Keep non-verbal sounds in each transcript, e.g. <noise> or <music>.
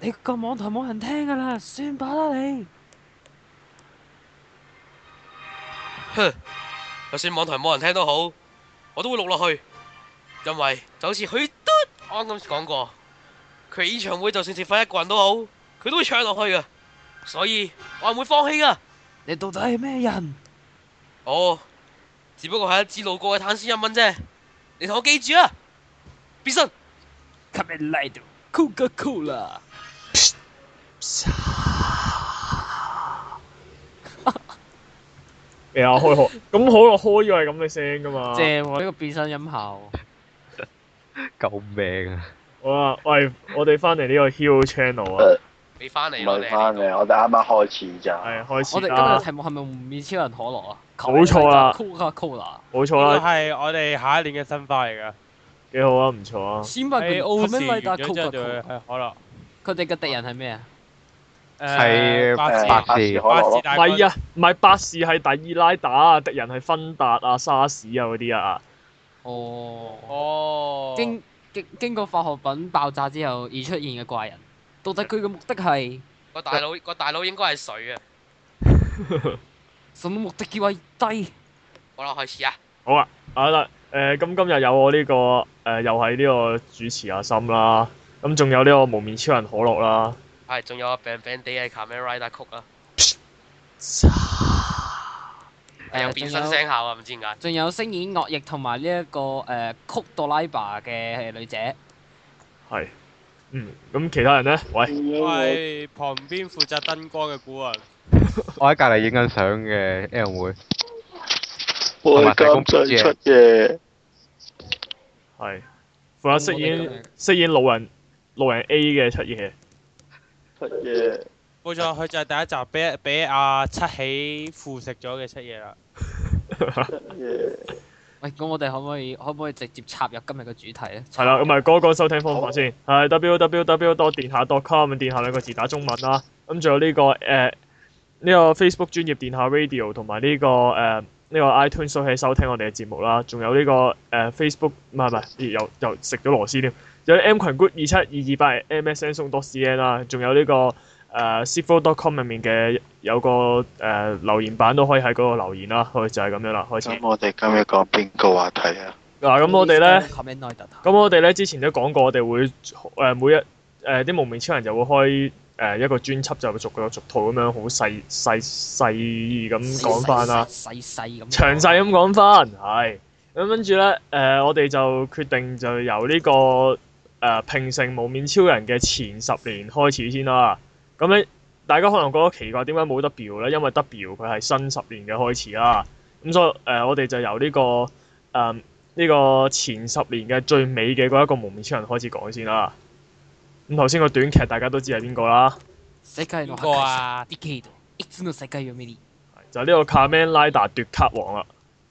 你個網台冇人聽㗎啦，算把啦你。哼，就算網台冇人聽都好，我都會錄落去，因為就好似許德安咁講過，佢演唱會就算剩翻一個人都好，佢都會唱落去噶，所以我唔會放棄噶。你到底係咩人？哦，只不過係一支路過嘅坦斯一蚊啫，你同我記住啊，變身。吸引嚟到 Coca Cola。咩啊？開殼咁可樂開咗係咁嘅聲噶嘛？正喎，呢個變身音效。救命啊！好啦，喂，我哋翻嚟呢個 Hill Channel 啊，你翻嚟唔啦，係翻你嚟，我哋啱啱開始咋。係開我始哋今日嘅啦，題目係咪蒙面超人可樂啊？冇錯啦 Coca Cola。啊冇錯呢個啦，係我哋下一年嘅新花嚟㗎。幾好啊，唔錯啊，先問佢喺 O 咁時樣完嚟打咗之後就會 Coca 係 Cola。可樂。佢哋嘅敵人係咩啊？誒係百事百百事可樂咯，唔係啊，唔係百事係第二拉打啊，敵人係芬達啊、沙士啊嗰啲啊，哦。哦，經經經過化學品爆炸之後而出現嘅怪人，到底佢嘅目的係個大佬個大佬應該係水啊，什麼目的叫為低？好啦，開始啊，好啦，誒咁今日有我呢個誒又係呢個主持阿森啦，咁仲有呢個無面超人可樂啦。係仲有 Bang Bang 地嘅 Kamen Rider 曲啊，係有變身仲有聲效啊，唔知點解。仲有聲演樂役同埋呢一個誒曲杜拉巴嘅女姐，係，嗯，咁其他人咧，喂，我係旁邊負責燈光嘅古人。我喺隔離影緊相嘅 L 妹，我係咁想出嘅，係，負責飾演飾演路人路人 A 嘅出嘢，出嘅。冇錯，佢就係第一集俾俾阿七喜腐蝕咗嘅七嘢啦。喂，咁我哋可唔可以可唔可以直接插入今日嘅主題咧？係啦，咁啊咪講一講收聽方法先，係 www 多電下 .com 電下兩個字打中文啦，咁仲有呢、個誒呢、個 Facebook 專業電下 Radio 同埋呢個誒。呢個 iTunes 都可以收聽我哋嘅節目啦，仲有呢、個誒、Facebook 唔係唔係，又又食咗螺絲添，有 M 群 good 二七二二八 MSN 送 dot cn 啦，仲有呢、個誒 s i f o dot com 入面嘅有個誒、留言版都可以喺嗰度留言啦，佢就係咁樣啦，開始。咁我哋今日講邊個話題啊？嗱咁我哋咧。 Comment Rider 咁我哋咧之前都講過，我哋會誒、呃每日誒啲無名超人就會開誒、呃一個專輯，就逐個逐套咁樣好細細細咁講翻啦，細細咁詳細咁講翻係。咁跟住咧誒，我哋就決定就由呢、個誒、呃平成無面超人嘅前十年開始先啦。咁咧大家可能覺得奇怪，點解冇 W 咧？因為 W 佢係新十年嘅開始啦。咁所以誒、呃我哋就由呢、個誒。嗯呢個前十年嘅最尾嘅嗰一個無面超人開始講先啦。咁頭先個短劇大家都知係邊個啦，世界邊の個破壊啊？者？いつの世界より就係呢個卡曼拉達奪卡王啦，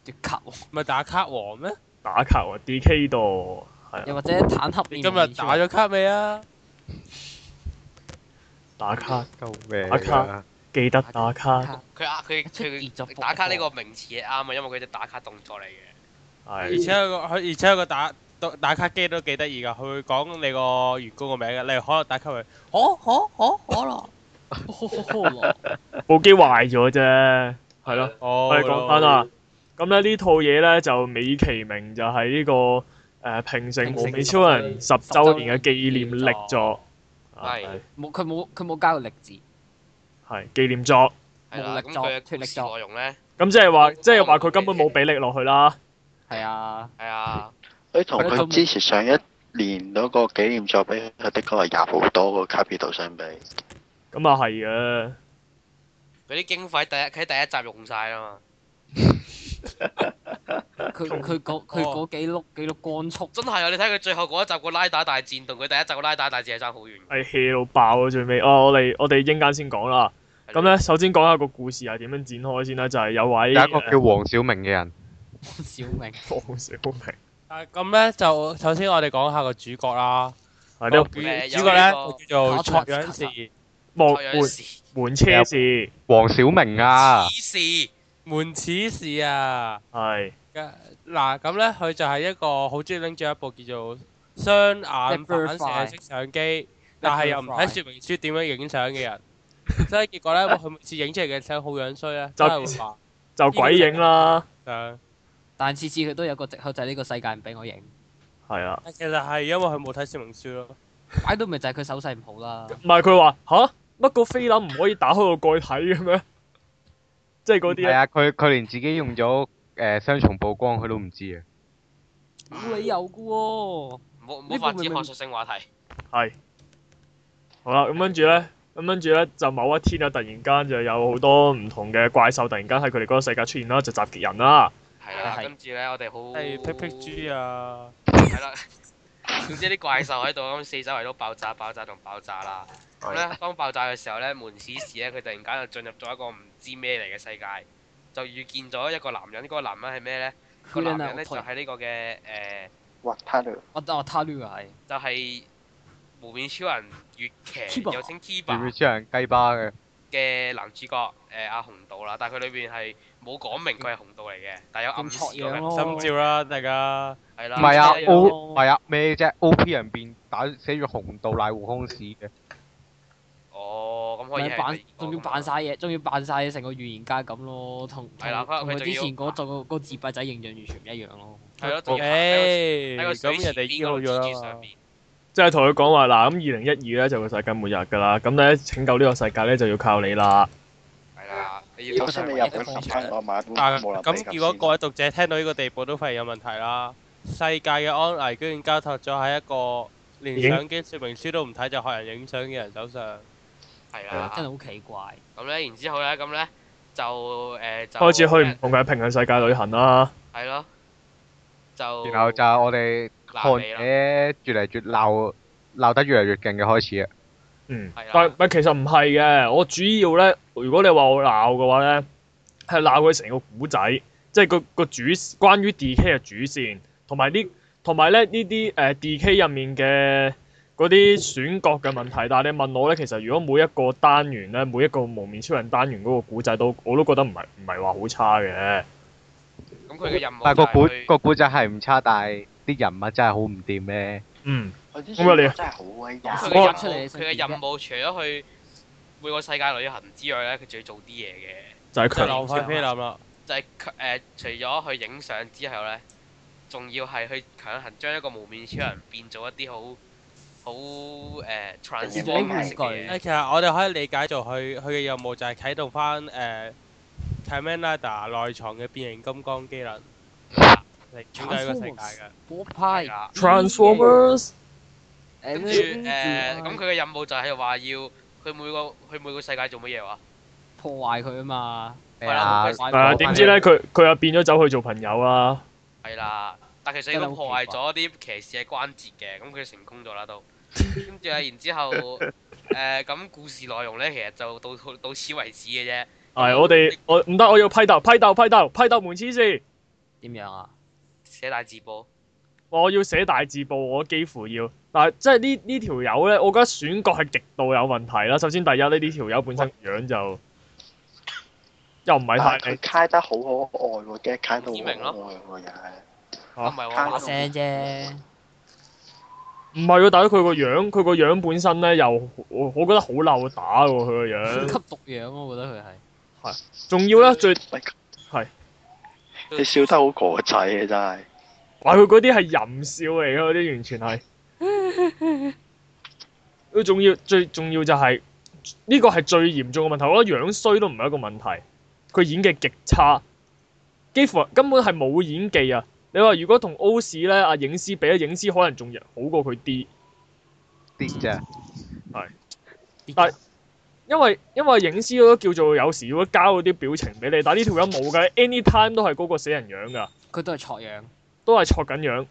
奪卡王，咪打卡王咩？打卡王 D.K. 度係又啊或者坦克面你今日打咗卡未啊？打卡，救命打啊卡！記得打卡卡 <laughs> 佢呃佢出現咗佢打卡呢個名詞係啱啊，因為佢隻打卡動作嚟嘅。而係且有個佢，而且有個打打卡機都幾得意㗎。佢會講你個員工個名嘅，例如可樂打卡佢，可可可可樂。呵呵呵咯部機壞咗啫，係咯。哦，我哋講翻啦。咁咧呢套嘢咧就美其名就係呢、個誒、呃平成無面超人十週年嘅紀念力作，啊係係冇佢冇佢冇加個力字，係紀念作。係無啦，咁力作佢嘅脱故力事作內容咧，咁即係話，即係話佢根本冇俾力落去啦。係啊，係啊，佢同佢之前上一年嗰個紀念作比，佢的確係廿好多個卡比度相比。咁啊係嘅，嗰啲經費第一佢喺第一集用晒啦嘛，佢佢哦嗰佢嗰幾碌幾碌光速，真係啊！你睇佢最後嗰一集個拉打大戰同佢第一集個拉打大戰係爭好遠。係哎 hea 到爆啊！最尾，哦，我哋我哋英間先講啦。咁咧，首先講下個故事係點樣展開先啦，就係、有位有一個叫黃小明嘅人，小明呃 <laughs> 黃小明，啊咁咧就首先我哋講下個主角啦。係個呢個主主誒有角咧呢個就叫做卓養士，幕我有門啲事，門車士，黃小明啊黐，線，門此士啊。係嘅嗱，咁咧佢就係一個好中意拎住一部叫做雙眼反射式相機，但係又唔睇說明書點樣影相嘅人，所以結果咧，佢每次影出嚟嘅相好樣衰咧，真係會話就鬼影啦，相。但次次佢都有個藉口，就係呢個世界唔俾我影，係啊，但其實係因為佢冇睇說明書咯。擺到咪就係佢手勢唔好啦。唔係佢話吓乜個菲林唔可以打開個蓋睇嘅咩？ <laughs> 即係嗰啲係咧，啊，佢佢連自己用咗誒雙重曝光，佢都唔知啊。冇理由噶喎，唔好唔好呢部發展明學明術性話題。係好啦，咁跟住咧，咁跟住咧就某一天啊，突然間就有好多唔同嘅怪獸，突然間喺佢哋嗰個世界出現啦，就襲擊人啦。係啦，係跟住咧我哋好例如 p i p i G 啊，係啦，總之啲怪獸喺度咁四周圍都爆炸、爆炸同爆炸啦。咁咧，當爆炸嘅時候咧，門此時咧，佢突然間就進入咗一個唔知咩嚟嘅世界，就遇見咗一個男人。嗰、個男人係咩咧？個男人咧就係呢個嘅誒、呃哇，他條我我他呢個係就係、無面超人月騎， Kiba 又稱要唔 Kiba 要出人雞巴嘅？嘅男主角誒阿、紅道啦，但係佢裏邊係冇講明佢係紅道嚟嘅，但係有暗咁示錯咗樣嘅，咯，心照啦，大家。係啦。唔係啊即係我，O 唔係啊咩啫？O.P. 人變打寫住紅道賴護空市嘅，哦，咁可以咪係扮第二，個仲要咁扮樣晒嘢，仲要扮晒嘢，成個預言家咁咯，同同係啦佢同佢佢仲之要啊前嗰個個自閉仔形象完全唔一樣咯。係咯，仲要行喺誒，個喺個水咁池人哋邊知道嗰個蜘蛛咗啦上嘛。面。即係同佢講話嗱，咁二零一二咧就個世界末日㗎啦，咁咧拯救呢個世界咧就要靠你啦。係啦，你要首先你日本十分我買本但冇林咁比結果各咁位讀者聽到呢個地步都發現有問題啦。世界嘅安危居然交託咗喺一個連影相機說明書都唔睇就學人影相嘅人手上。係係啦啦真。係好奇怪。咁咧，然之後咧，咁咧就誒就開始去唔同嘅平行世界旅行啦。係咯，就然後就係我哋鬧看你者啦，越嚟越鬧鬧得越嚟越勁嘅開始啊！嗯係啦，但係其實唔係嘅，我主要咧，如果你話我鬧嘅話咧，係鬧佢成個古仔，即係個個主關於 D.K. 嘅主線，同埋呢同埋咧呢啲誒 D.K. 入面嘅嗰啲選角嘅問題。但係你問我咧，其實如果每一個單元咧，每一個無面超人單元嗰個古仔都我都覺得唔係唔係話好差嘅。咁佢嘅任務但係個就古係去個古仔係唔差，但係啲人物真係好唔掂咧。嗯，我之咁啊你前真係好鬼我佢曳，嘅我任出嚟務，食佢嘅嘢任務除咗去每個世界旅行之外咧，佢仲要做啲嘢嘅，就係即係強浪費菲林啦。就係誒除咗去影相之後咧，仲要係去強行將一個無面超人變做一啲好好誒 transform 工具誒，其實我哋可以理解做佢佢嘅任務就係啟動翻誒 Commander 內藏嘅變形金剛機能嚟拯救呢個世界嘅。波派 Transformers。啊跟住誒，啊咁佢嘅任務就係話要佢每個去每個世界做乜嘢話？破壞佢啊嘛，係係啦啊，佢係啊，點知咧佢佢又變咗走去做朋友啊啦。係啦，但其實應該破壞咗啲騎士嘅關節嘅，咁佢成功咗啦都。跟住啊，然之後誒咁、故事內容咧，其實就到到到此為止嘅啫。係我哋我唔得，我要批鬥批鬥批鬥批鬥門黐線。點樣啊？寫大字報，我要寫大字報，我幾乎要。但係即係呢呢條友咧，我覺得選角係極度有問題啦。首先第一呢，呢條友本身樣就又唔係但係太佢揩得好可愛喎，即係揩知名到咯好可愛喎，又係。啊唔係卡把話通聲啫，唔係喎，但係佢個樣佢個樣本身咧又我我覺得好漏打喎，佢個樣。 <laughs> 吸毒樣咯，我覺得佢係。仲要咧最喂係你笑得好過仔嘅真係。話佢嗰啲係淫笑嚟嘅，嗰啲完全係。佢仲要最重要就係呢個係最嚴重嘅問題，我覺得樣衰都唔係一個問題，佢演技極差，幾乎根本係冇演技啊！你話如果同歐士咧，阿影師比咧，影師可能仲好過佢啲，跌啫。但係因為因為影師都叫做有時要交嗰啲表情俾你，但係呢條友冇㗎，anytime 都係嗰個死人樣㗎。佢都係錯樣，都係錯緊樣。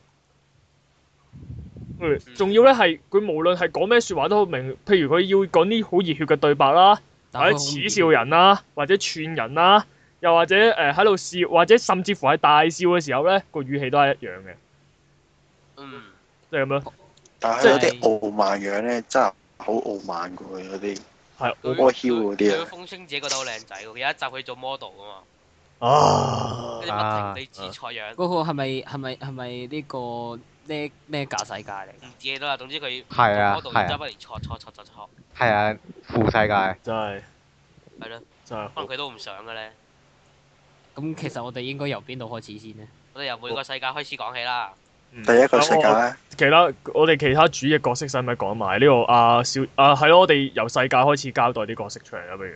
嗯仲要咧係佢無論係講咩説話都好明，譬如佢要講啲好熱血嘅對白啦，但或者佢好恥面笑人啦，或者串人啦，又或者誒喺度笑，或者甚至乎係大笑嘅時候咧，個語氣都係一樣嘅，嗯，即係咁樣。但係佢嗰啲傲慢樣咧，真係好傲慢嘅喎，嗰啲係好佢波囂嗰佢啲會啊。風聲自己覺得好靚仔喎，有一集佢做 model 噶嘛，啊，啊跟住不停地指錯樣，啊嗰個係咪係咪係咪呢個咩咩假世界嚟㗎？唔知幾多啦，總之佢係啊嗰度係啊然之後不停錯錯錯錯錯，係啊，負世界。真係係咯，真係可能好。佢都唔想嘅咧。咁其實我哋應該由邊度開始先呢？我哋由每個世界開始講起啦。嗯第一個世我界我咧，其他我哋其他主嘅角色使唔使講埋呢個啊小啊係咯？我哋由世界開始交代啲角色出嚟啦，不如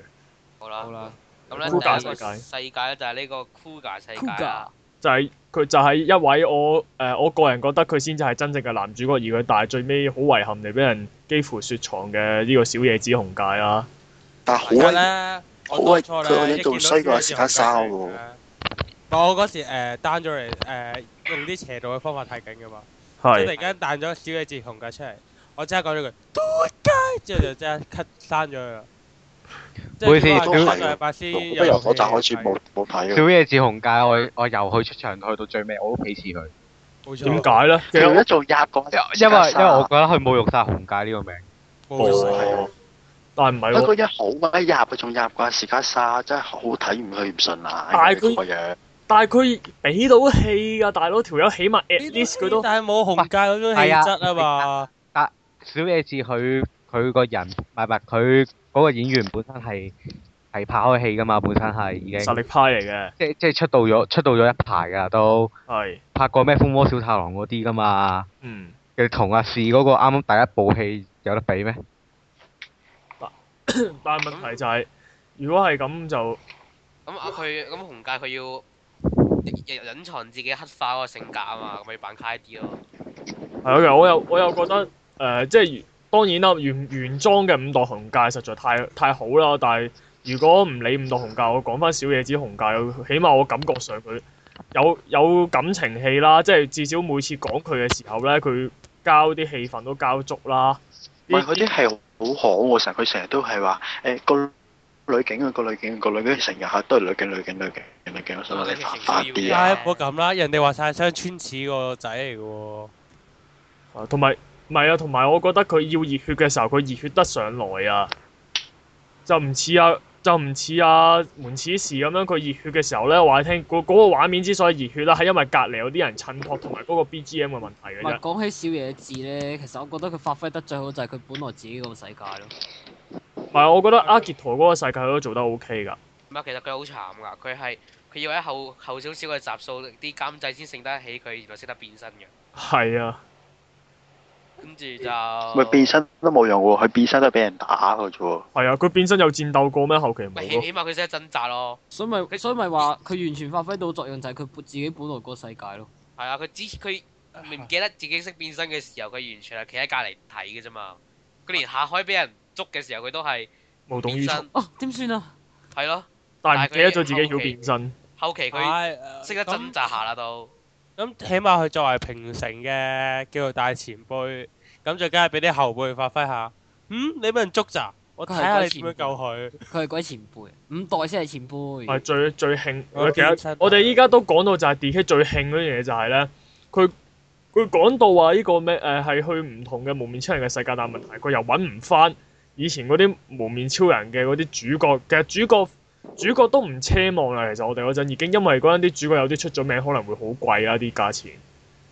好好啦，啦咁咧酷架第一個世界世界咧就係呢個酷架世界啦 Kuga 就係、佢就係一位我誒、呃我個人覺得佢先至係真正嘅男主角，而佢但係最尾好遺憾地俾人幾乎雪藏嘅呢個小野子紅介啊啦。但好其實威咧，我好威當初佢咧嗰啲一見仲到衰過呢樣阿史卡嘢莎喎咧我嗰時誒 down 咗嚟誒用啲邪道嘅方法太緊噶嘛，即係係突然間彈咗小野字紅嘅出嚟，我即刻講咗句嘟街，之後就即刻 cut 刪咗佢啦。即係每次如果都係係上禮拜先不有由嗰戲集開始睇冇冇睇嘅。小野志紅界，我我由佢出場去到最尾，我都鄙視佢，冇錯點解咧？其實佢一做壓過，因為因為我覺得佢侮辱晒紅界呢個名。冇錯哦但係唔係不喎過一好威入，佢仲入過史卡莎，真係好睇唔佢唔順但係眼佢個樣。但係佢俾到氣㗎，大佬條友起碼 at 呢 least 啲佢都但係冇紅界嗰種氣質啊嘛。小野智佢佢個人，唔係唔係佢嗰個演員本身係係拍開戲噶嘛，本身係已經實力派嚟嘅，即即係出道咗出道咗一排噶，都係拍過咩《風魔小太郎》嗰啲噶嘛，嗯。佢同阿士嗰個啱啱第一部戲有得比咩？嗯但係問題就係、如果係咁就咁啊佢咁紅界佢要隱隱藏自己黑化嗰個性格啊嘛，咁咪要扮 high 啲咯。係啊咯，其實我又我又覺得誒、呃即係當然啦，原原裝嘅五代紅界實在太太好啦。但係如果唔理五代紅界，我講翻小野子紅界，起碼我感覺上佢有有感情戲啦，即係至少每次講佢嘅時候咧，佢交啲氣氛都交足啦。唔係嗰啲係好可喎，成佢成日都係話誒個女警啊，個女警啊，個女警成日嚇都係女警女警女警女警，我想話你煩煩啲啊！唉，唔好咁啦，人哋話晒相穿似個仔嚟嘅喎。啊同埋唔係啊，同埋我覺得佢要熱血嘅時候，佢熱血得上來啊，就唔似啊，就唔似啊門此時咁樣。佢熱血嘅時候咧，話你聽嗰嗰、個畫面之所以熱血啦，係因為隔離有啲人襯托同埋嗰個 BGM 嘅問題嘅唔係啫。講起小野智咧，其實我覺得佢發揮得最好就係佢本來自己嗰個世界咯。唔係，我覺得阿傑陀嗰個世界佢都做得 OK 㗎。唔係，其實佢好慘噶，佢係佢要喺後後少少嘅集數啲監製先勝得起佢，原來識得變身嘅。係啊，跟住就咪變身都冇用喎，佢變身都係俾人打嘅啫喎。係啊，佢變身有戰鬥過咩？後期咪冇起咯。起碼佢識得掙扎咯。所以咪所以咪話佢完全發揮到作用就係佢本自己本來嗰個世界咯。係啊，佢之佢唔記得自己識變身嘅時候，佢完全係企喺隔離睇嘅啫嘛。佢連下海俾人捉嘅時候，佢都係無動變於衷，身，哦，點算啊？係咯。但係唔記得咗自己要變身。後期佢唉識得掙扎下啦都。咁起碼佢作為平成嘅叫做大前輩，咁就梗係俾啲後輩發揮下。嗯，你俾人捉咋？我睇下你點樣救佢。佢係鬼前輩，五代先係前係輩。最最啊興。我其實我哋依家都講到就係 D.K 最興嗰樣嘢就係咧，佢佢講到話呢個咩誒係去唔同嘅無面超人嘅世界，但係問題佢又揾唔翻以前嗰啲無面超人嘅嗰啲主角。其實主角主角都唔奢望啦。其實我哋嗰陣已經因為嗰陣啲主角有啲出咗名，可能會好貴啦啲價錢。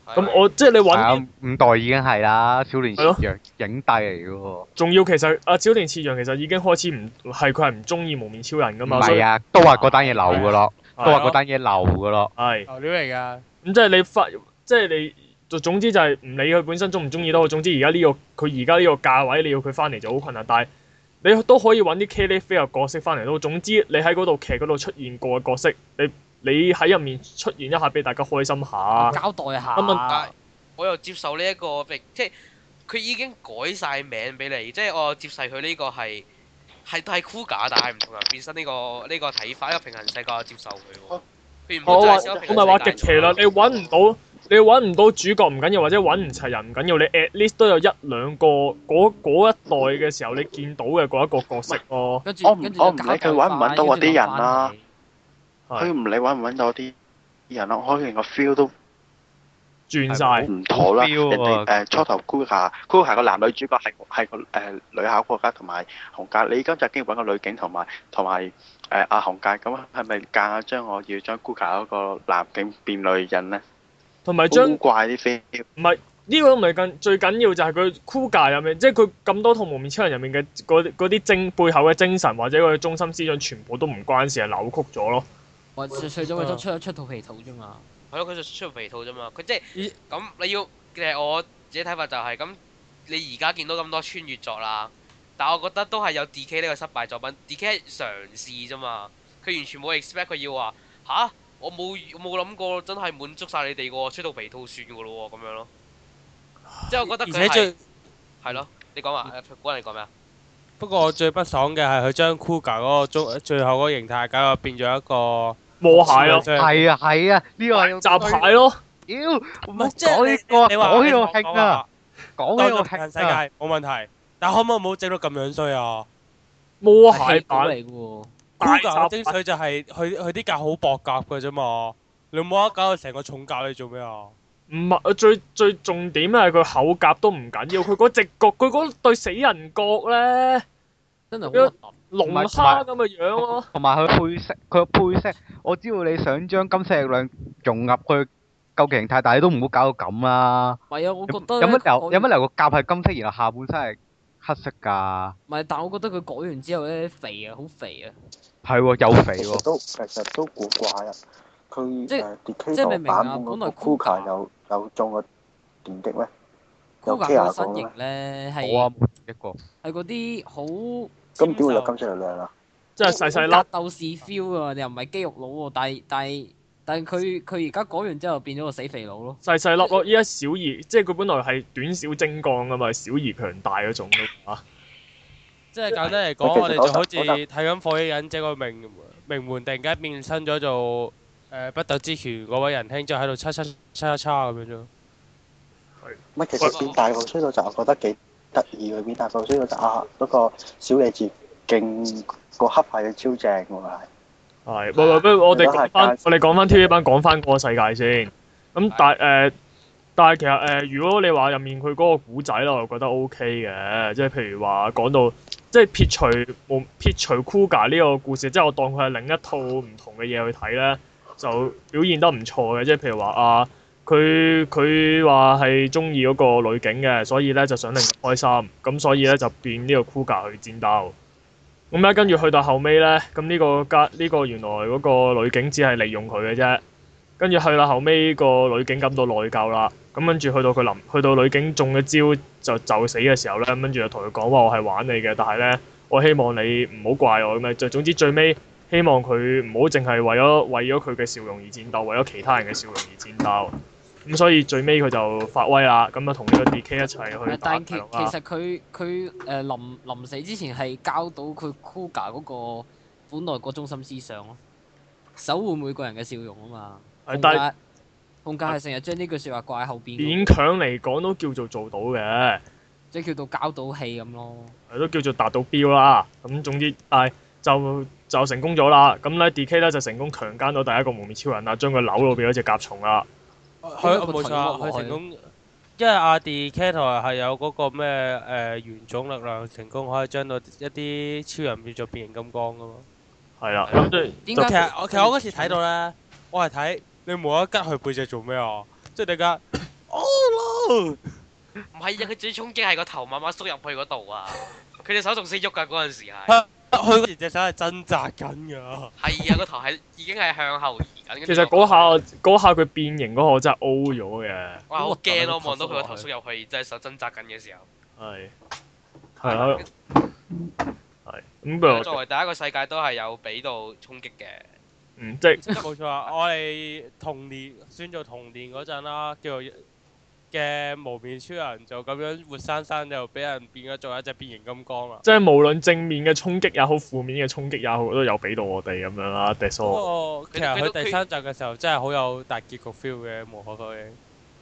咁我即係你係啊，揾，五代已經係啦，少年係咯影影帝嚟嘅喎，仲要其實阿小田切讓其實已經開始唔係佢係唔中意無面超人噶唔嘛，所以係啊，都話嗰單嘢流嘅咯，都係話啊嗰單嘢流嘅咯，係。流料嚟㗎。咁即係你發，即係你就總之就係唔理佢本身中唔中意都好，總之而家呢個佢而家呢個價位，你要佢翻嚟就好困難。但係你都可以揾啲茄喱啡嘅角色翻嚟都好，總之你喺嗰度劇嗰度出現過嘅角色，你你喺入面出現一下俾大家開心下。交代下。咁啊但係啊我又接受呢、一個，即係佢已經改晒名俾你，即係我接受佢呢個係係係酷假，但係唔同人變身呢、個呢、個睇法，一個平衡世界我接受佢喎。佢唔我話係只有平衡世界哦我咪話極其啦，你揾唔到你揾唔到主角唔緊要，或者揾唔齊人唔緊要，你 at least 都有一兩個嗰嗰一代嘅時候你見到嘅嗰一個角色咯。跟住我唔跟住我唔就理佢交代揾唔揾到返嗰啲人啦跟住就返嚟佢唔理揾唔揾到啲人咯，我開完個 feel 都轉係晒。唔妥啦。好人 feel 喎哋誒初頭 g u g a g u g a 個男女主角係係個誒女考國家同埋紅格，你今集竟然揾個女警同埋同埋誒阿紅格，咁係咪夾硬將我要將 g u g a 嗰個男警變女人咧？同埋將好怪啲飛，唔係呢個都唔係緊，最緊要就係佢酷界入面，即係佢咁多套蒙面超人入面嘅嗰啲嗰啲精背後嘅精神或者佢嘅中心思想，全部都唔關事，係扭曲咗咯。或除除咗佢都出咗出套皮套啫嘛。係咯，佢就出皮套啫嘛。佢即係咁，你要誒我自己睇法就係、咁。你而家見到咁多穿越作啦，但我覺得都係有 D.K 呢個失敗作品。D.K 係嘗試啫嘛，佢完全冇 expect 佢要話吓，我冇我冇諗過真係滿足晒你哋喎，出到皮套算噶咯喎咁樣咯。即係我覺得而佢係且最係咯，你講話誒，古人你講咩啊？不過我最不爽嘅係佢將 Kuga 嗰個中最後嗰個形態搞到變咗一個摸蟹咯，係係啊係啊，呢個係雜蟹咯。屌，唔唔好係即係講呢個，你你話講呢你個興啊，當講呢咗個平行世興啊，界冇問題，但可唔可以唔好整到咁樣衰啊？魔係蟹戲稿版嚟嘅喎，大 Kuga 雜嘅精髓就係佢佢啲甲好薄甲嘅啫嘛，你冇得搞到成個重甲你做咩啊？唔係呃最最重點係佢口甲都唔緊要，佢嗰隻角，佢嗰對死人角咧，真係好核龍蝦咁嘅樣咯。同埋佢配色，佢個配色，我知道你想將金石量融入佢究竟態，但係你都唔好搞到咁啦。突。唔係啊，我覺得有有咧乜理由？佢有乜理由個甲係金色，然後下半身係黑色㗎？唔係，但我覺得佢改完之後咧，肥啊，好肥啊，係喎，又肥其喎實。都其實都古怪啊！佢即誒 Decay 即係個明唔明啊版本本嗰來個 Kuga- Kuga 有有中過電擊咩？高有格 care 嘅過身咩形咧我啊係冇一個，係嗰啲好。咁點會有金色力量啊？即係細細好粒，格鬥士 feel 啊，你又唔係肌肉佬喎，但係但係但係佢佢而家改完之後變咗個死肥佬咯。細細粒咯。依家小而，即係佢本來係短小精幹噶嘛，小而強大嗰種咯啊即係簡單嚟講，我哋就好似睇緊火影忍者個名名門突然間變身咗做誒不鬥之拳嗰位仁兄，就喺度叉叉叉叉叉咁樣啫。唔係，其實變大個衰到就我覺得幾得意嘅，變大個衰到就啊嗰個小野節勁個黑牌嘅超正喎，係係，喂喂，不如我哋都係講翻介，我哋講翻 TV 版，講翻嗰個世界先。咁但係誒，但係其實誒，如果你話入面佢嗰個古仔咧，我又覺得 O K 嘅，即係譬如話講到，即係撇除冇撇除 Kuga 呢個故事，即係我當佢係另一套唔同嘅嘢去睇咧，就表現得唔錯嘅。即係譬如話啊，佢佢話係中意嗰個女警嘅，所以咧就想令佢開心，咁所以咧就變呢個 Kuga 去戰鬥。咁咧，跟住去到後尾咧，咁呢個家呢、個原來嗰個女警只係利用佢嘅啫。跟住去到後尾，個女警感到內疚啦。咁跟住去到佢臨去到女警中咗招就就死嘅時候咧，跟住就同佢講話我係玩你嘅，但係咧我希望你唔好怪我咁樣。就總之最尾希望佢唔好淨係為咗為咗佢嘅笑容而戰鬥，為咗其他人嘅笑容而戰鬥。咁所以最尾佢就發威啦，咁就啊同呢個 D.K 一齊去打啊啊但其大其陸啦。實佢佢誒臨臨死之前係交到佢 Kuga 嗰個本來個中心思想咯，守護每個人嘅笑容啊嘛。係控但係啊家控家係成日將呢句説話掛喺後邊，勉強嚟講都叫做做到嘅。即係叫到交到氣咁咯。係都叫做達到標啦。咁總之，但係就就成功咗啦。咁咧，D.K 咧就成功強姦到第一個蒙面超人啦，將佢扭到變咗只甲蟲啦。佢哦冇錯啊，佢成功，因為阿 D K 台係有嗰個咩誒原種力量，成功可以將到一啲超人變做變形金剛噶嘛。係啦，咁即係點其解就實我其實我嗰時睇到咧，我係睇你冇得吉佢背脊做咩啊？即係你家 Oh no！唔係啊，佢最衝擊係個頭慢慢縮入去嗰度啊！佢隻手仲識喐㗎嗰陣時係。佢嗰時隻手係掙扎緊㗎。係啊，個頭係已經係向後移緊。跟住其實嗰下嗰下佢變形嗰下我真係 O 咗嘅。哇，好驚嗰個咯！頭望到佢個頭縮縮入去，真係手掙扎緊嘅時候。係係啦，係咁不啊作如為第一個世界都係有俾到衝擊嘅。嗯即係冇錯啊！我哋童年宣做童年嗰陣啦，叫做嘅無面超人就咁樣活生生就俾人變咗做一隻變形金剛啦。即係無論正面嘅衝擊也好，負面嘅衝擊也好，都有俾到我哋咁樣啦。That's 不 all 過哦其實佢第三集嘅時候真係好有大結局 feel 嘅，無可否認。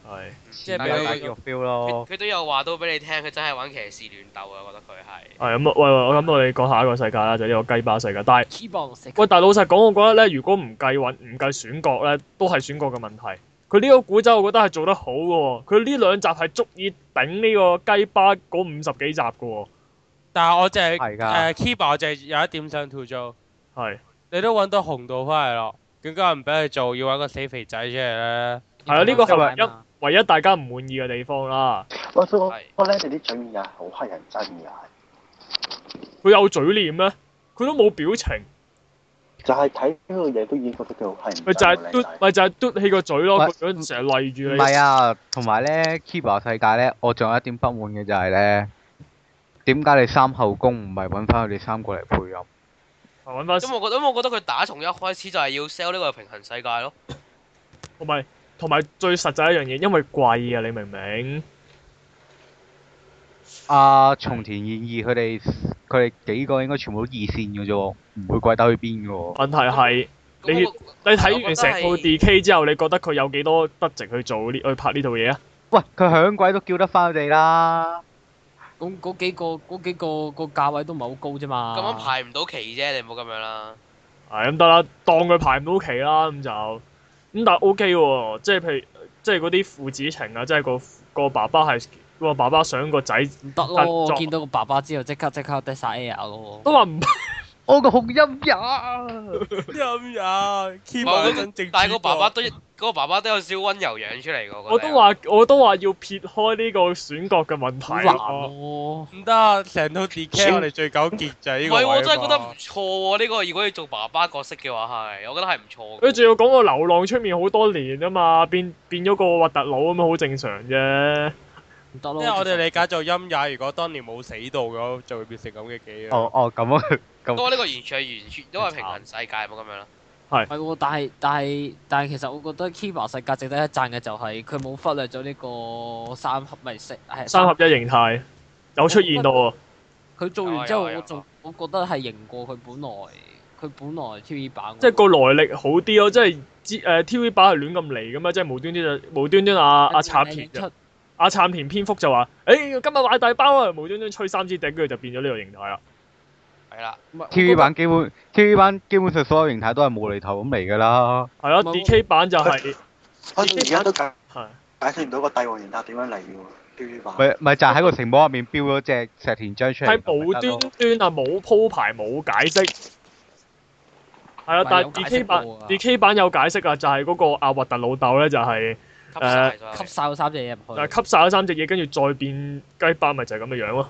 係即即係大俾哦家打佢肌肉 feel 咯。佢都有話到俾你聽，佢真係玩騎士亂鬥啊！我覺得佢係。係咁啊。喂喂，我諗我哋講下一個世界啦，就係呢個雞巴世界。但係 keyboard 食喂，但係老實講，我覺得咧，如果唔計揾唔計選角咧，都係選角嘅問題。佢呢個古仔，我覺得係做得好嘅喎。佢呢兩集係足以頂呢個雞巴嗰五十幾集嘅喎。但係我就係係誒㗎 Kiba，我就係有一點想吐槽，係你都揾到紅道翻嚟咯，點解唔俾佢做，要揾個死肥仔出嚟咧？係啊呢個係咪因為唯一大家唔滿意嘅地方啦。我哦想講係，我咧你啲嘴面又係好乞人憎嘅，佢有嘴臉咩？佢都冇表情，就係睇呢個嘢都已經覺得佢好乞人憎。咪就係係嘟，咪就係嘟起個嘴咯。喂佢樣成日賴住唔你。係啊，同埋咧 Kiba 世界咧，我仲有一點不滿嘅就係咧，點解你三後宮唔係揾翻佢哋三個嚟配音？揾翻因為我覺得，因為我覺得佢打從一開始就係要 sell 呢個平衡世界咯。同埋同埋最實際一樣嘢，因為貴啊，你明唔明？啊，松田燕二佢哋佢哋幾個應該全部都二線嘅啫喎，唔會貴得去邊嘅喎。問題係咁你我你睇完成我套覺得係 D.K. 之後，你覺得佢有幾多得值去做呢去拍呢套嘢啊？喂，佢響鬼都叫得翻佢哋啦。咁嗰幾個嗰幾個個價位都唔係好高啫嘛。啊咁樣排唔到期啫，你唔好咁樣啦。係咁得啦，當佢排唔到期啦，咁就咁但係 O.K. 喎，即係譬如即係嗰啲父子情啊，即係個個爸爸係個爸爸想個仔唔得但咯！我作見到個爸爸之後，即刻即刻得晒 air 咯喎。都話唔我個紅音呀！陰呀，Kiba 冇嗰陣正但係個主角爸爸都嗰個爸爸都有少温柔養出嚟㗎，我覺得都啊話我都話要撇開呢個選角嘅問好題難啊咯。喎。唔得，啊成套 DK 我哋最糾結就係呢唔個位係啊嘛。喎，我真係覺得唔錯喎。呢個如果要做爸爸角色嘅話係，我覺得係唔錯嘅。佢仲要講個流浪出面好多年啊嘛，變變咗個核突佬咁樣好正常啫。唔得因咯。為我哋理解做陰也，如果當年冇死到嘅話，就會變成咁嘅記啊。哦哦，咁啊，不過呢個完全係完全都係平衡世界冇咁樣啦。係喎，但係但係但係，其實我覺得 Kiba 世界值得一讚嘅就係佢冇忽略咗呢個三合咪色係三合，一形態有出現到喎，佢做完之後，哦有啊有啊我仲我覺得係贏過佢本來佢本來 TV 版嗰個，即係個來歷好啲咯，即係知誒 TV 版係亂咁嚟噶嘛，即係無端端就無端端阿阿杉田就出阿杉田蝙蝠就話：，誒、今日買大包啊！無端端吹三支笛，跟住就變咗呢個形態啦。係啦，唔係 TV 版基本 TV 版基本上所有形態都係無厘頭咁嚟㗎啦。係啦冇，DK 版就係、我到而家都解係解釋唔到個帝王形態點樣嚟嘅喎，TV 版。咪咪就係喺個城堡入面標咗隻石田章出嚟。係無端端啊，冇鋪排冇解釋。係啊，唔係但有係解 DK 釋版過㗎 DK 版有解釋啊，就係、嗰個阿核突老豆咧，就係、吸晒所有呃吸嘢晒嗰三隻嘢入但去，係吸晒咗三隻嘢，跟住再變雞巴，咪就係咁嘅樣咯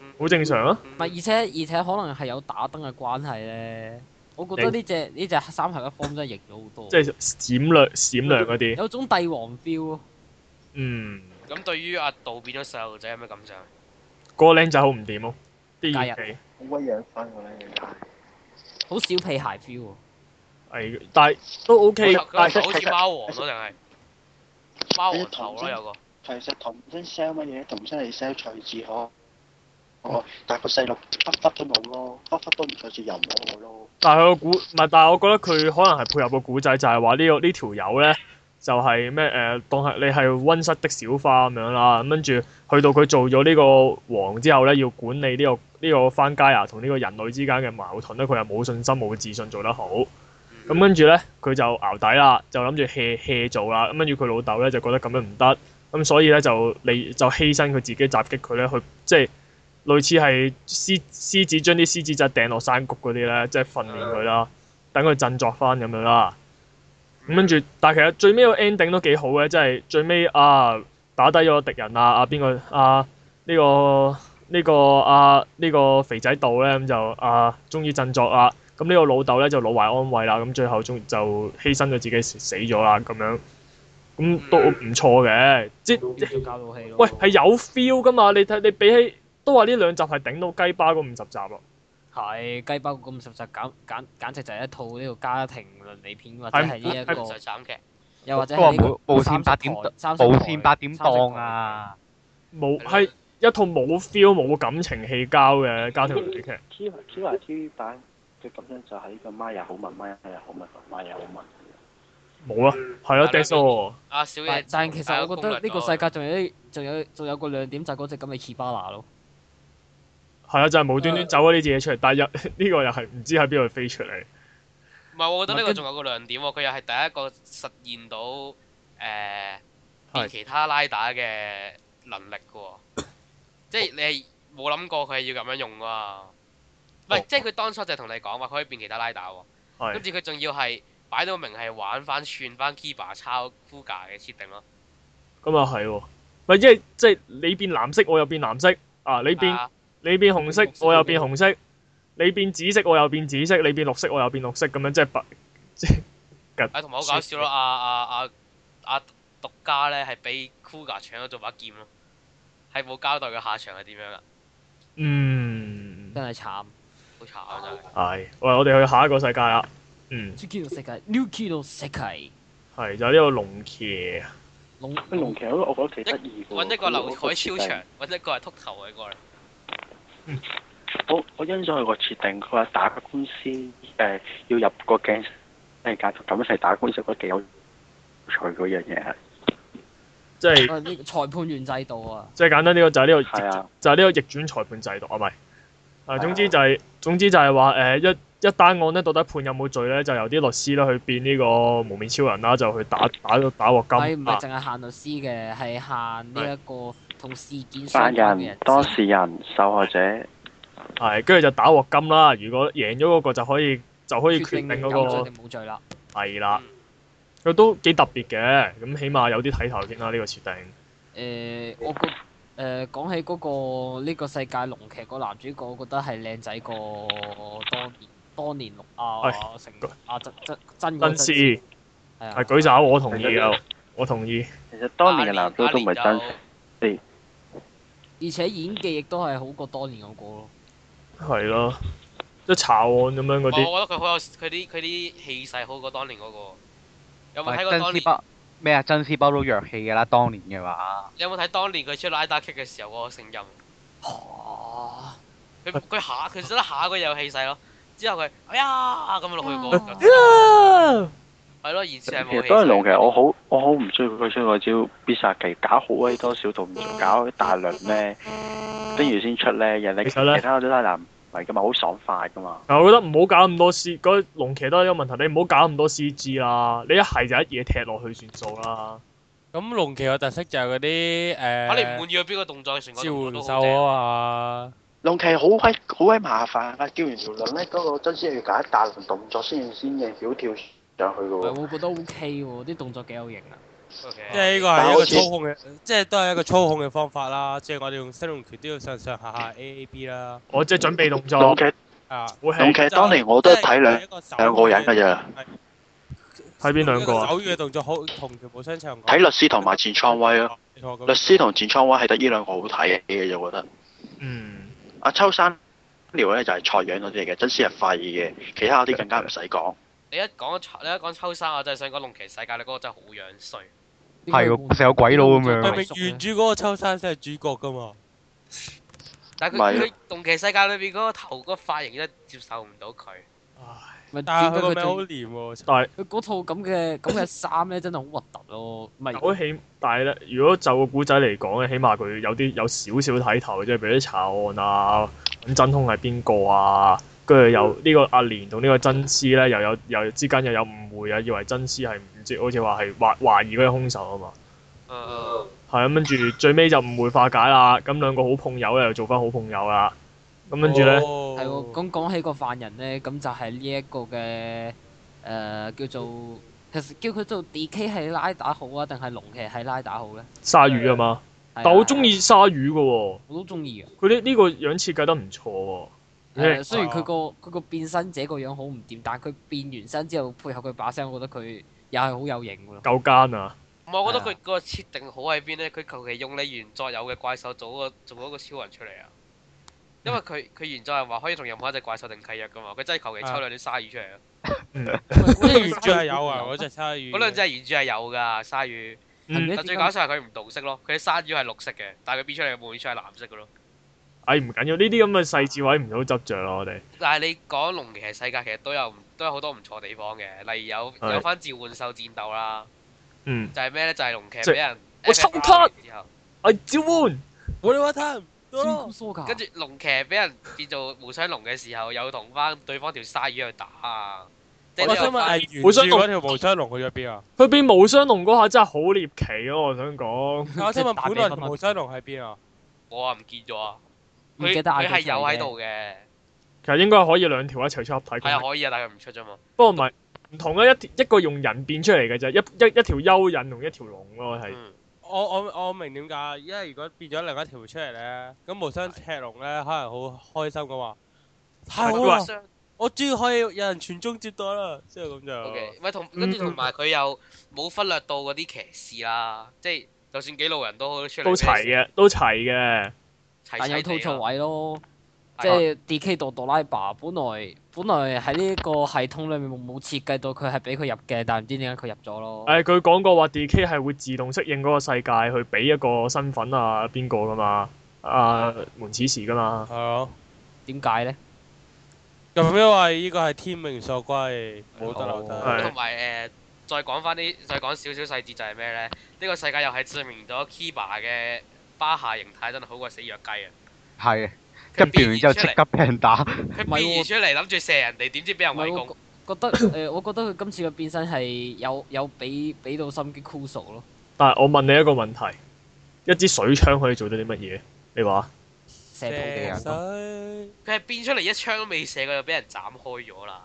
嗯，好正常啊。唔係而且而且可能係有打燈嘅關係咧，我覺得呢只呢只三合一方真係贏咗好多，即係閃亮閃亮嗰啲，有種帝王 feel 咯。嗯，咁對於阿杜變咗細路仔有咩感想？嗰個僆仔好唔掂咯，啲加演入技好鬼養分㗎咧，其實係好小屁孩 feel 喎，係，但係都 OK，佢但係頭好似貓王咯，定係貓王頭咯，有個。其實童真 sell 乜嘢？童真係 sell 徐志可。哦，但係個細路忽忽都冇咯，忽忽都唔再次又冇咯。但係佢個古唔係，但係我覺得佢可能係配合個古仔，就係話呢個呢條友咧就係咩誒，當係你係温室的小花咁樣啦，咁跟住去到佢做咗呢個王之後咧，要管理呢、個呢、個番家牙同呢個人類之間嘅矛盾咧，佢又冇信心冇自信做得好。咁跟住咧，佢就熬底啦，就諗住 hea hea 做啦。咁跟住佢老豆咧就覺得咁樣唔得，咁所以咧就你就犧牲佢自己襲擊佢咧，去即係類似係獅獅子將啲獅子仔掟落山谷嗰啲咧，即係訓練佢啦，等佢振作翻咁樣啦。咁跟住，但係其實最尾個 ending 都幾好嘅，即係最尾啊打低咗個敵人啊啊邊個啊呢、個呢、個啊呢、個肥仔度咧咁就啊終於振作啦。咁呢個老豆咧就老懷安慰啦，咁最後終就犧牲咗自己死咗啦咁樣，咁都唔錯嘅，即要教到戲咯。喂係有 feel 噶嘛？你睇你比起都話呢兩集係頂到雞巴嗰五十集咯，係雞包咁實實，簡簡簡直就係一套呢個家庭倫理片，或者係係呢一唔使個，斬嘅，又或者都話係呢個無無線八點三色台三色台無線八點檔啊！冇係一套冇 feel 冇感情氣交嘅家庭倫 <laughs> 理劇。 T T Y T V 版嘅咁樣就係呢個媽又好文，媽又好文，媽又好文。冇啊，係啊 d e s o 阿小野但，但係其啊實我覺得呢個世界仲有啲，仲有仲有個亮點就係嗰只咁嘅 Kibana 咯。係啊，就係無端端走咗呢隻嘢出嚟，但係又 <laughs> 呢個又係唔知喺邊度飛出嚟。唔係，我覺得呢個仲有個亮點喎，佢又係第一個實現到誒係變其他拉打嘅能力嘅喎， <coughs> 即係你係冇諗過佢係要咁樣用㗎哦嘛。唔係，即係佢當初就同你講話佢可以變其他拉打喎，係跟住佢仲要係擺到明係玩翻串翻 Kiba 抄 Kuga 嘅設定咯。咁啊係喎，咪即係即係你變藍色，我又變藍色啊！你變啊你變紅色紅，色我又變紅色；你變紫色，我又變紫色；你變綠色，我又變綠色。咁樣即係白，即係啊，同埋好搞笑咯！阿阿阿阿獨家咧係俾 Kuga 搶咗做把劍咯，係冇交代佢下場係點樣啊，嗯，真係慘。好慘啊真係。係。喂，我哋去下一個世界啦。嗯， Suki 世界，New Kid 世界，係就係呢個龍騎。龍龍騎嗰個我覺得幾得意喎。揾一個劉佢嗰海超設長定，揾一個係禿頭嘅過嚟。我我欣賞佢個設定，佢話打官司誒、要入個鏡世界咁一齊打官司，我覺得幾有趣嗰樣嘢係。即係啊呢個裁判員制度啊，即係簡單呢個就係呢個係啊，就係呢個逆轉裁判制度啊，咪啊啊總之就係、總之就係話誒一一單案咧，到底判有冇罪咧，就由啲律師咧去變呢個無面超人啦，就去打打到打鑊係唔金係啊淨係限律師嘅，係限呢一個同事件相犯關嘅人人、當士事人、受害者。係跟住就打鑊金啦。如果贏咗嗰個就可以就可以決決定定嗰、有罪個定冇罪啦。係啦嗯，佢都幾特別嘅。咁起碼有啲睇頭先啦，呢、個設定誒，呃我覺誒講起嗰個呢個世界龍騎個男主角，我覺得係靚仔過當年當年六啊成啊真真真嗰真陣時是係啊係舉手，我同意啊，我同意。其實當年嘅男都都唔係真阿蓮就而且演技亦都係好過當年嗰個咯。係咯，即係查案咁樣嗰啲，哦我我覺得佢好有佢啲佢啲氣勢好過當年嗰個。有冇睇過真當絲年？包咩啊？真絲包都弱氣㗎啦，當年嘅話，有冇睇當年佢出拉打 kick 嘅時候嗰個聲音？嚇佢佢下佢真係下佢有氣勢咯。之後佢哎呀咁落去嗰個啊係咯，以前係其冇氣實當勢。然龍騎，我好我好唔中意佢出嗰招必殺技，搞好鬼多小動作，搞大量咧，跟住先出咧，人哋其實呢其他嗰啲拉男唔係噶嘛，好爽快噶嘛。但我覺得唔好搞咁多 C，嗰龍騎都係一個問題，你唔好搞咁多 C G 啦，你一係就一嘢踢落去算數啦。咁龍騎嘅特色就係嗰啲嚇你唔誒滿意佢邊個動作？全個召動作都喚好獸正啊嘛，龍騎好鬼好鬼麻煩啊！叫完條輪咧，嗰、個真先要搞大量動作先至先至曉跳上去唔噶係，喎。我覺得 O K 喎，啲動作幾有型啊！即係 OK 呢個係一個操控嘅，即係都係一個操控嘅方法啦。即係我哋用西龍拳都要上上下下 A A B 啦，我即係準備動龍作，騎啊，好龍戲騎當年我都係睇兩兩兩個人㗎咋，睇邊兩個啊？手語嘅動作好同條冇相長。睇律師同埋前倉威咯。冇錯。咁律師同前倉威係得呢兩個好睇嘅，我覺得。嗯，阿秋山聊咧就係菜樣嗰啲嚟嘅，真先係廢嘅，其他嗰啲更加唔使講。你一講你一講秋生，我真係想講龍騎世界，你嗰個真係好樣衰。係喎，成個鬼佬咁樣明明原著嗰個秋山先係主角噶嘛，但係咪佢佢龍騎世界裏邊嗰個頭嗰個髮型真係接受唔到佢。唉，咪但但係佢係個佢名好最黏喎。但係佢嗰套咁嘅咁嘅衫咧，真係好核突咯。唔好係起，但係咧，如果就個古仔嚟講咧，起碼佢有啲有少少睇頭，即係譬如啲查案啊，揾真兇係邊個啊，跟住又呢個阿蓮同呢個真絲咧，又有又之間又有誤會啊，以為真絲係唔知好似話係懷懷疑嗰個兇手啊嘛。嗯係咁，跟住最尾就誤會化解啦。咁兩個好朋友咧，又做翻好朋友啦。咁跟住哦咧，係喎，咁咁講起個犯人咧，咁就係呢一個嘅誒、呃叫做其實叫佢做 D.K. 係拉打好啊，定係龍騎係拉打好咧？鯊魚啊嘛，但但我中，意鯊魚嘅喎，我都中意嘅。佢呢呢個樣設計得唔錯喎。誒嗯雖然佢個佢個變身者個樣好唔掂，但係佢變完身之後配合佢把聲，我覺得佢又係好有型 <laughs> 嘅咯。夠奸啊！唔係，我覺得係佢個設定好喺邊咧？佢求其用你原作有嘅怪獸做個做一個超人出嚟啊！因為佢佢原作係話可以同任何一隻怪獸定契約噶嘛，佢真係求其抽啊兩隻鯊魚出嚟啊！嗯因為原著係有啊，嗰隻鯊魚。嗰兩隻原著係有㗎鯊魚，嗯，但最搞笑係佢唔同色咯，佢啲鯊魚係綠色嘅，但係佢變出嚟嘅模型出係藍色嘅咯。唉哎唔緊要，呢啲咁嘅細節位唔好執着啦，我哋但係你講龍騎世界其實都有唔都有好多唔錯地方嘅，例如有係有翻召喚獸戰鬥啦，嗯，就係咩咧？就係龍騎即係俾人我抽卡之後，係召喚我哋話睇唔朱到古咯，蘇㗎，啊跟住龍騎俾人變做無雙龍嘅時候，又同翻對方條鯊魚去打啊！即係我呢個想問係原無雙著龍嗰條無雙龍去咗 <laughs> 邊啊？佢變無雙龍嗰下真係好獵奇咯，我想講我想問打本俾來分條分無雙龍喺邊啊？我啊唔見咗啊！唔佢記得嗌佢係佢啊有喺出嚟嘅度嘅，其實應該可以兩條一齊出合體係啊攻擊，可以啊，但係佢唔出啫嘛。不過唔係唔同嘅一一個用人變出嚟嘅啫，一一一條蚯蚓同一條龍咯，係嗯我我我明點解，因為如果變咗另一條出嚟咧，咁無雙赤龍咧，可能好開心噶嘛。啊太好哇啦！我終於可以有人傳宗接代啦，即係咁就。 O K，咪同嗯跟住同埋佢又冇忽略到嗰啲騎士啦，即係就算幾路人都出嚟都齊，嘅，都齊嘅，齊但啊有齊吐槽地啦啊位咯，係啊即係 D.K. 到杜拉巴，本來本來喺呢個系統裏面冇設計到佢係俾佢入嘅，但唔知點解佢入咗咯。誒佢講過話 D.K. 係會自動適應嗰個世界去俾一個身份啊邊個噶嘛，啊門此時噶嘛，係咯。點解咧？咁因為呢個係天命所歸，冇得留低。哦係同埋誒，再講翻啲，再講少少細節就係咩咧？呢、呢個世界又係證明咗 Kiba 嘅巴下形態真係好過死弱雞啊！佢係，跟住完之後變即異出嚟刻俾人打，佢唔係變喎異出嚟諗住射人哋，點知俾人唔係圍我攻？覺得誒，我覺得佢今次嘅變身係有有俾俾到心機 cool 咯。但係我問你一個問題，一支水槍可以做到啲乜嘢？你話？射到嘅人，水佢係變出嚟一槍都未射，佢就俾人斬開咗啦。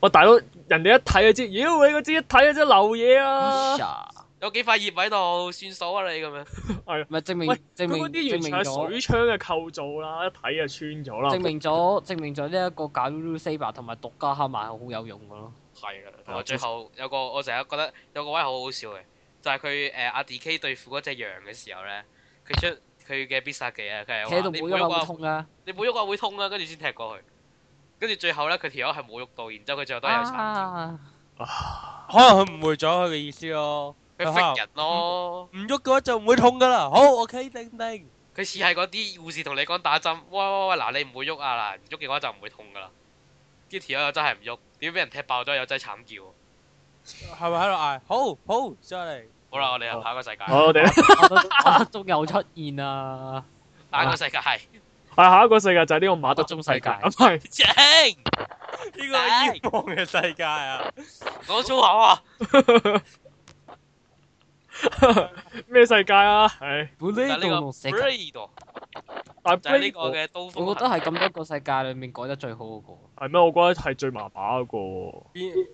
我大佬，人哋一睇就知，妖你嗰支一睇就知流嘢啊！呀有幾塊葉喺度，算數啊你咁樣。咪證明喂證佢明嗰啲證明完全咗係。水槍嘅構造啦，一睇就穿咗啦。證明咗證明咗呢一個假 Lulu Saber 同埋獨家黑馬係好有用嘅咯。係啊，同係啊埋最後有個我成日覺得有個位好好笑嘅，就係佢誒阿 D.K 對付嗰只羊嘅時候咧，佢出佢嘅必殺技啊，佢係企喺話度你每唔一好下喐啊會痛啊！你冇喐啊會痛啊，跟住先踢過去。跟住最後咧，佢條友係冇喐到，然之後佢最後都係有殘啊，可能佢誤會咗佢嘅意思咯。佢啊揈人咯，唔喐嘅話就唔會痛噶啦。好，OK，定定。佢似係嗰啲護士同你講打針，喂喂喂，嗱你唔會喐啊，嗱唔喐嘅話就唔會痛噶啦。跟住條友又真係唔喐，點知俾人踢爆咗，有仔慘叫。係咪喺度嗌？好好，再嚟。好嗯啦，我哋入下一個世界，好，我哋咧，我覺得我覺得仲有出現啊！下一個世界係係下一個世界就係呢個馬德鐘世界，馬德唔係 <laughs> 正，呢個係冤枉嘅世界啊！講粗口啊！咩世界啊？係，本就係呢呢度個龍世界， Blade，但就係係呢 Blade 個嘅刀鋒。啊我覺得係咁多個世界裏面改得最好嗰個。係咩？我覺得係最麻麻嗰個喎。邊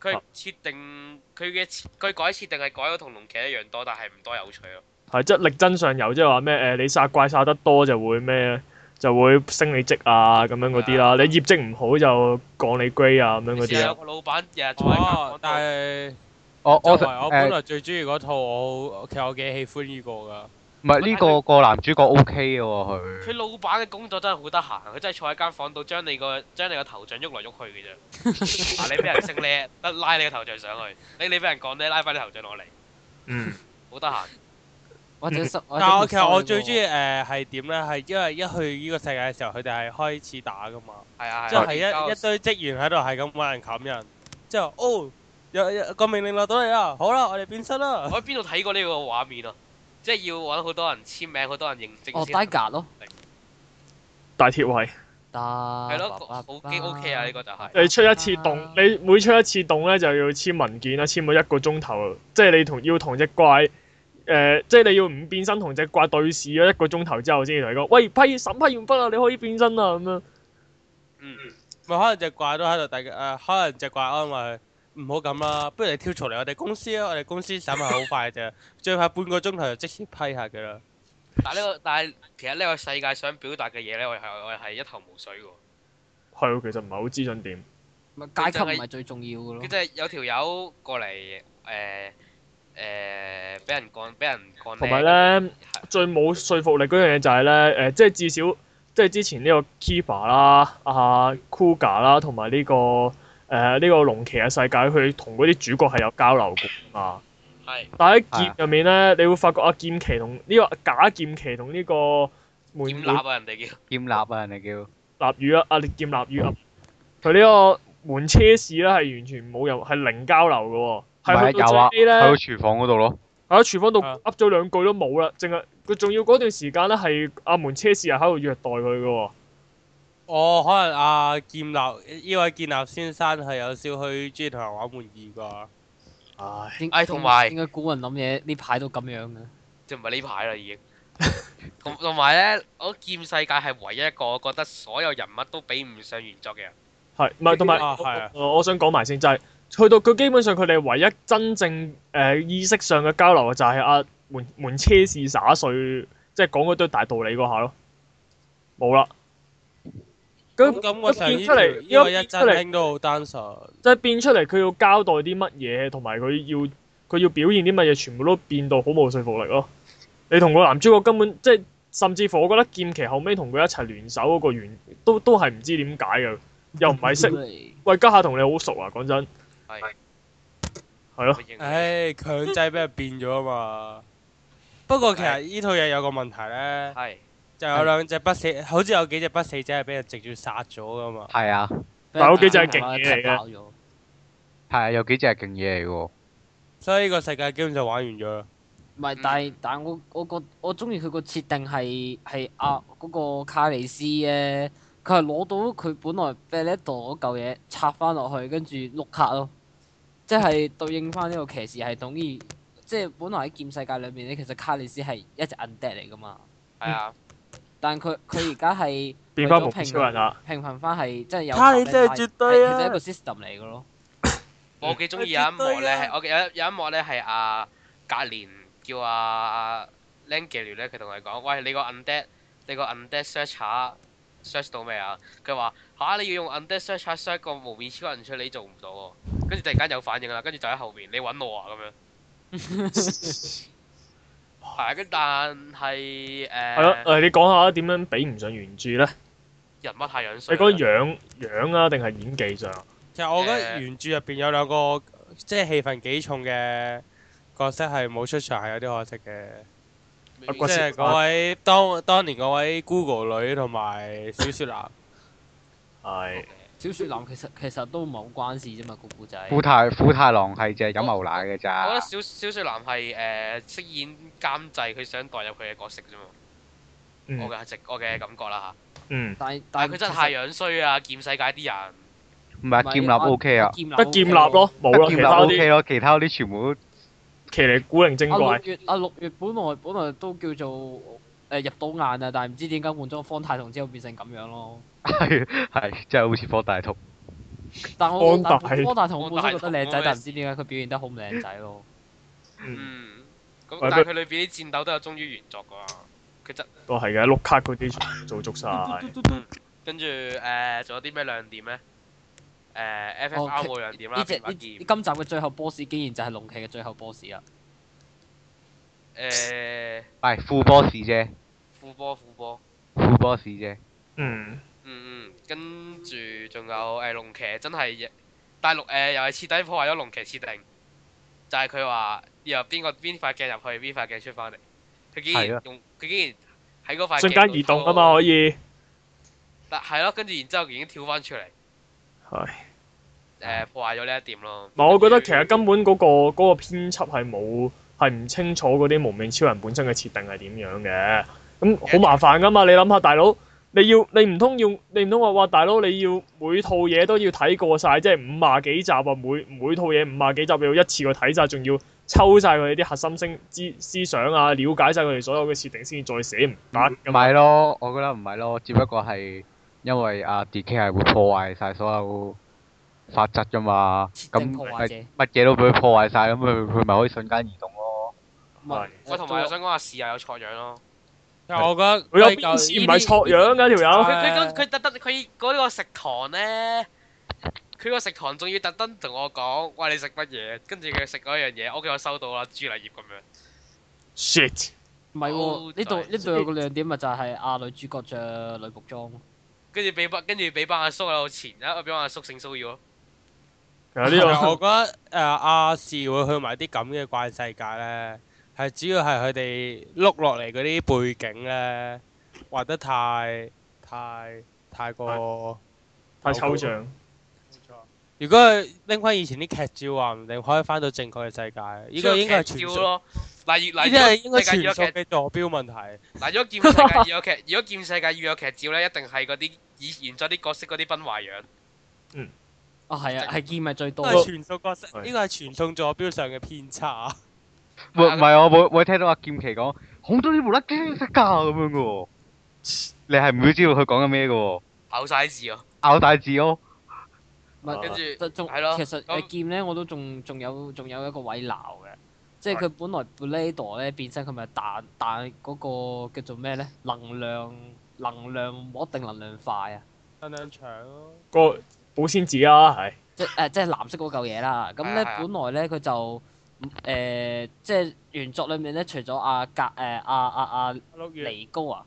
佢設定佢嘅設佢改設定係改咗同龍騎一樣多，但係唔多有趣咯。係即係力爭上游，即係話咩？誒，你殺怪殺得多就會咩？就會升你職啊，咁樣嗰啲啦。你業績唔好就降你 grade 啊，咁樣嗰試啲下啦有。個老闆日日坐喺哦間，但房係我我我我本誒來最中意嗰套，我其實我幾喜歡呢個噶。唔係呢個個男主角 O K 嘅喎佢。度，佢老闆嘅工作真係好得閒，佢真係坐喺間房度將你個將你個頭像喐嚟喐去嘅啫。 <laughs> 嗱，你俾人升咧，得拉你個頭像上去；你你俾人講咧，拉翻你頭像落嚟，嗯，好得閒。或者十，或者嗯但我木其實我修嗰個最中意誒係點咧？係因為一去呢個世界嘅時候，佢哋係開始打噶嘛，係啊，即啊係一一堆職員喺度係咁揾人冚人，之後哦有有個命令落到嚟啦，好啦，我哋變 <laughs> 身啦。我喺邊度睇過呢個畫面啊？即係要揾好多人簽名，好多人認證哦先。啊低格咯，大鐵位，得係係咯，好幾 OK 啊！呢個就係。你出一次洞，啊你每出一次洞咧就要簽文件啦，簽到一個鐘頭，即係你同要同只怪。誒、即係你要唔變身同只怪對視咗一個鐘頭之後，先至同佢講，喂，批審批完畢啦，你可以變身啦咁樣。嗯，咪可能只怪都喺度，大誒、呃、可能只怪安慰佢唔好咁啦，不如你跳槽嚟我哋公司啊！我哋公司審核好快啫，最快半個鐘頭就即時批下佢啦。但係呢個但係其實呢個世界想表達嘅嘢咧，我係我係一頭霧水嘅喎。係喎，其實唔係好資訊點。咪階級唔係最重要嘅咯嗯佢。真係有條友過嚟誒誒俾人幹，俾人幹。同埋咧，最冇說服力嗰樣嘢就係咧，誒、即係至少即係之前呢個 Kiba 啦、阿 Kuga 啦，同埋呢個誒呢、個龍騎嘅世界，佢同嗰啲主角係有交流過啊嘛。係但係喺劍入面咧，你會發覺阿劍騎同呢個假劍騎同呢個門劍立啊，人哋叫劍立啊，人哋叫立語啊，阿烈劍立語啊，佢呢個門車士咧係完全冇任係零交流嘅喎、唔係係去有啊到最尾咧。喺個廚房嗰度咯。喺廚房度啊噏咗兩句都冇啦，淨係佢仲要嗰段時間咧係阿門車士係啊喺度虐待佢嘅喎，哦我可能阿、劍立呢位劍立先生係有少許中意同人玩玩意啩。唉，應哎同埋應該古人諗嘢呢排都咁樣嘅。即係唔係呢排啦已經。 <laughs> 同同埋咧，我劍世界係唯一一個我覺得所有人物都比唔上原作嘅人。係唔係同埋哦啊係啊我我想講埋先，就係、去到佢基本上佢哋唯一真正誒、呃意識上嘅交流就係啊門門車是灑碎，即係講嗰堆大道理嗰下咯，冇啦。咁咁我佢成日變呢出嚟，條呢個一變出嚟真兄都好單純，即係變出嚟，佢要交代啲乜嘢，同埋佢要佢要表現啲乜嘢，全部都變到好冇說服力咯。你同個男主角根本即係，甚至乎我覺得劍奇後尾同佢一齊聯手嗰個原都都係唔知點解嘅，又唔係 <laughs> 識。喂，家下同你好熟啊，講真係係咯我，認唉，強制俾人變咗啊嘛。不過其實呢套嘢有個問題咧，係就有兩隻不死，好似有幾隻不死者係俾人直接殺咗噶嘛。係啊，但係嗰幾隻係勁嘢嚟嘅嘅。係啊，有幾隻係勁嘢嚟嘅所以呢個世界基本上玩完咗啦。唔係，但係但係我我個我中意佢個設定係係啊嗰個卡里斯咧，佢係攞到佢本來 b e l e t o 嗰嚿嘢插翻落去，跟住碌卡咯，即係對應翻呢個騎士系統。而即係本來喺劍世界裏面咧，其實卡里斯係一隻 undead 嚟噶嘛，係啊，但佢佢而家係變翻為無咗超人啦。平衡翻係即係有卡里斯係 Valentine，絕對啊係其實係一個 system 嚟嘅咯。我幾中意有一幕咧，係我有有一幕咧係阿格連叫阿 l a n g e l 咧，佢同佢講：，喂，你個 undead，你個 undead search 下 search 到未啊？佢話吓，你要用 undead search 下 search 個無面超人出嚟，你做唔到喎。跟住突然間有反應啦，跟住就喺後面，你揾我啊咁樣。係，啊跟但係呃係咯，呃誒誒你講下點樣比唔上原著咧？人物太樣你衰啦。講樣樣啊，定係演技上？其實我覺誒得原著入邊有兩個即係戲份幾重嘅角色係冇出場，係有啲可惜嘅。阿即骨係嗰位當當年嗰位 Google 女同埋小雪男，係小説男其實其實都唔係好關事啫嘛，個故仔。喎。虎太虎太郎係隻飲牛奶嘅我覺咋得，小小雪男係誒飾演監製，佢想代入佢嘅角色啫嘛。嗯我嘅直我嘅感覺啦嚇，嗯，但係但但係係佢真係太樣衰啊！劍世界啲人唔係劍立 O K 啊，劍立得劍立咯，冇啦，得劍其立他 O 嗰 K 啲咯，其他嗰啲全部都 <laughs> 騎呢古靈精啊怪六。月啊六月本來本來都叫做誒、呃入到眼啊，但係唔知點解換咗方太同之後變成咁樣咯。係係真係好似科大同。但我方但大方太同我本身覺得方大同靚我仔咪，但唔知點解佢表現得好唔靚仔咯。嗯嗯，咁喂但係佢裏邊啲戰鬥都有忠於原作噶嘛。佢真都係嘅，碌卡嗰啲全部做足晒。係跟住誒，仲有啲咩亮點呃咧？誒哦 FFR 其冇亮點啦，呢只變呢把呢劍今集嘅最後 boss 竟然就係龍騎嘅最後 boss 啊啦。誒係副 boss 啫，呃副波副波，副 boss 啫。嗯，嗯嗯，跟住仲有誒龍騎真係，但係龍呃誒又係徹底破壞咗龍騎設定，就係佢話入邊個邊塊鏡入去，邊塊鏡出翻嚟，佢竟係啊然用佢竟然喺嗰塊瞬間鏡移度動啊嘛，可以但係咯，跟住然之後已經跳翻出嚟，誒、係。呃破壞咗呢一點咯。唔係，我覺得其實根本嗰、個嗰、個編輯係冇係唔清楚嗰啲無面超人本身嘅設定係點樣嘅，咁好麻煩噶嘛！你諗下，大佬你要你唔通要你唔通話哇，大佬你要每套嘢都要睇過晒，即係五廿幾集啊！每每套嘢五廿幾集你要一次過睇晒，仲要抽晒佢哋啲核心星思思想啊，了解晒佢哋所有嘅設定先至再寫唔得唔㗎嘛。係咯，我覺得唔係咯，只不過係因為阿 D.K 係會破壞晒所有法則噶嘛，設咁定破壞者咪乜嘢都俾佢破壞晒，咁佢佢咪可以瞬間移動咯。唔係我同埋我想講下視又有錯樣咯。其實我覺佢有得邊次唔係錯樣㗎條友佢？佢誒咁佢特登佢嗰個食堂咧，佢個食堂仲要特登同我講，喂你食乜嘢？跟住佢食嗰樣嘢，屋企我收到啦，豬泥葉咁樣。 shit 唔係好喎，呢度大呢度有個亮點咪就係阿女主角着女仆裝，跟住俾班跟住俾班阿叔喺度前啦，俾班阿叔性騷擾咯。其實其啊呢啊實我個覺得誒亞視會去埋啲咁嘅怪世界咧，係主要係佢哋碌落嚟嗰啲背景咧畫得太太太過。太抽象。如果佢拎翻以前啲劇照，話唔定可以翻到正確嘅世界。呢個應該係超傳級說招，咯。嗱，如呢嗱，啲係應該世界傳要有說劇，嘅坐標問題。嗱，如果劍世界要有劇，如果劍世界要有劇照咧，一定係嗰啲以原作啲角色嗰啲崩壞樣。啊係啊，係劍咪最都多。係傳送角色，係呢個係傳送坐標上嘅偏差。會唔係我會會聽到阿劍奇講，好多啲無啦啦識㗎咁樣嘅喎，你係唔會知道佢講緊咩嘅喎，咬晒字啊！咬大字咯。唔啊係跟住就仲係咯其實咁你見咧，我都仲仲有仲有一個位鬧嘅，即係佢本來 Blade 咧變身，佢咪彈彈嗰個叫做咩咧？能量能量膜定能量塊啊！新兩場咯，個保鮮紙啊，係 <laughs> 即誒、即係藍色嗰嚿嘢啦。咁係啊咧，係啊本來咧佢就誒、即係原作裏面咧，除咗阿格誒阿阿阿六月尼高啊，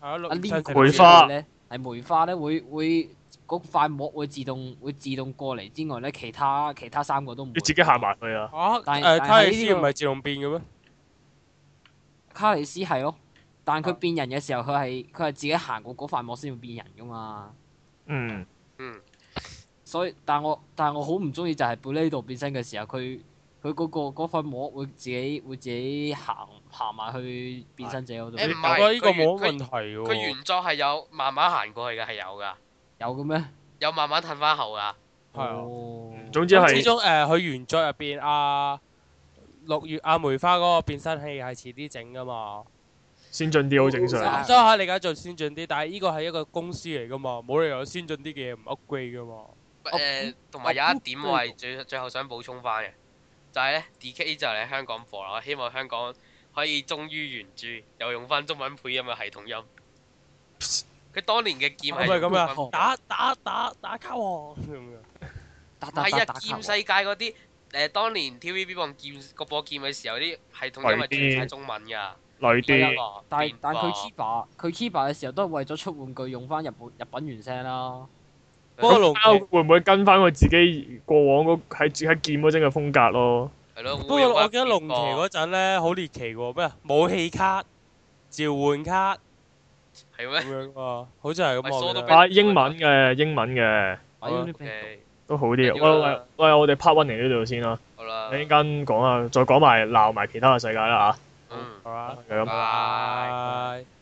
係咯，六阿月呢新城梅市花咧，係梅花咧會會嗰塊膜會自動會自動過嚟之外咧，其他其他三個都唔會要自己行埋去啊。啊，但係但誒，係卡里呢斯唔個係自動變嘅咩？卡里斯係咯，但佢啊變人嘅時候，佢係佢係自己行過嗰塊幕先會變人噶嘛。嗯，嗯，所以，但我但我好唔中意就係貝呢度變身嘅時候，佢佢嗰個嗰塊膜會自己會自己行行埋去變身者嗰度。誒唔我係覺得呢個佢原冇乜問題喎。佢原作係有慢慢行過去嘅，係有㗎，有嘅咩？有慢慢褪翻後㗎。係啊哦總之咁始係終誒，佢原作入邊阿六月阿梅花嗰個變身器係遲啲整噶嘛，先進啲好正係啊常。所以可以理解做先進啲，但係呢個係一個公司嚟噶嘛，冇理由有先進啲嘅嘢唔 upgrade 噶嘛。我誒，同埋有我一點我係最最後想補充翻嘅，就係咧 DK 就嚟香港播啦，我希望香港可以忠於原著，又用翻中文配音嘅系統音。佢當年嘅劍係係咪咁用中啊？文打打打打卡王咁樣。打打係打啊，打卡喎劍世界嗰啲誒，當年 TVB 放劍個播劍嘅時候，啲系統音係轉晒中文㗎。累啲。啲但係但佢 Kiba 佢 Kiba 嘅時候都係為咗出玩具用翻日本日本原聲啦。不過龍騎包會唔會跟翻佢自己過往嗰喺喺劍嗰陣嘅風格咯？係咯，不過我記得龍騎嗰陣咧好獵奇喎，咩啊武器卡、召喚卡係咁咩？樣喎，好似係咁咪梳到喎。邊啊，英文嘅英文嘅哎好啊呢邊誒都好緊啲。喂要喂啦喂，我哋 part one 嚟呢度先啦，好啦一，陣間講啊，再講埋鬧埋其他嘅世界啦嗯，好啦，嚇，就咁。拜。拜。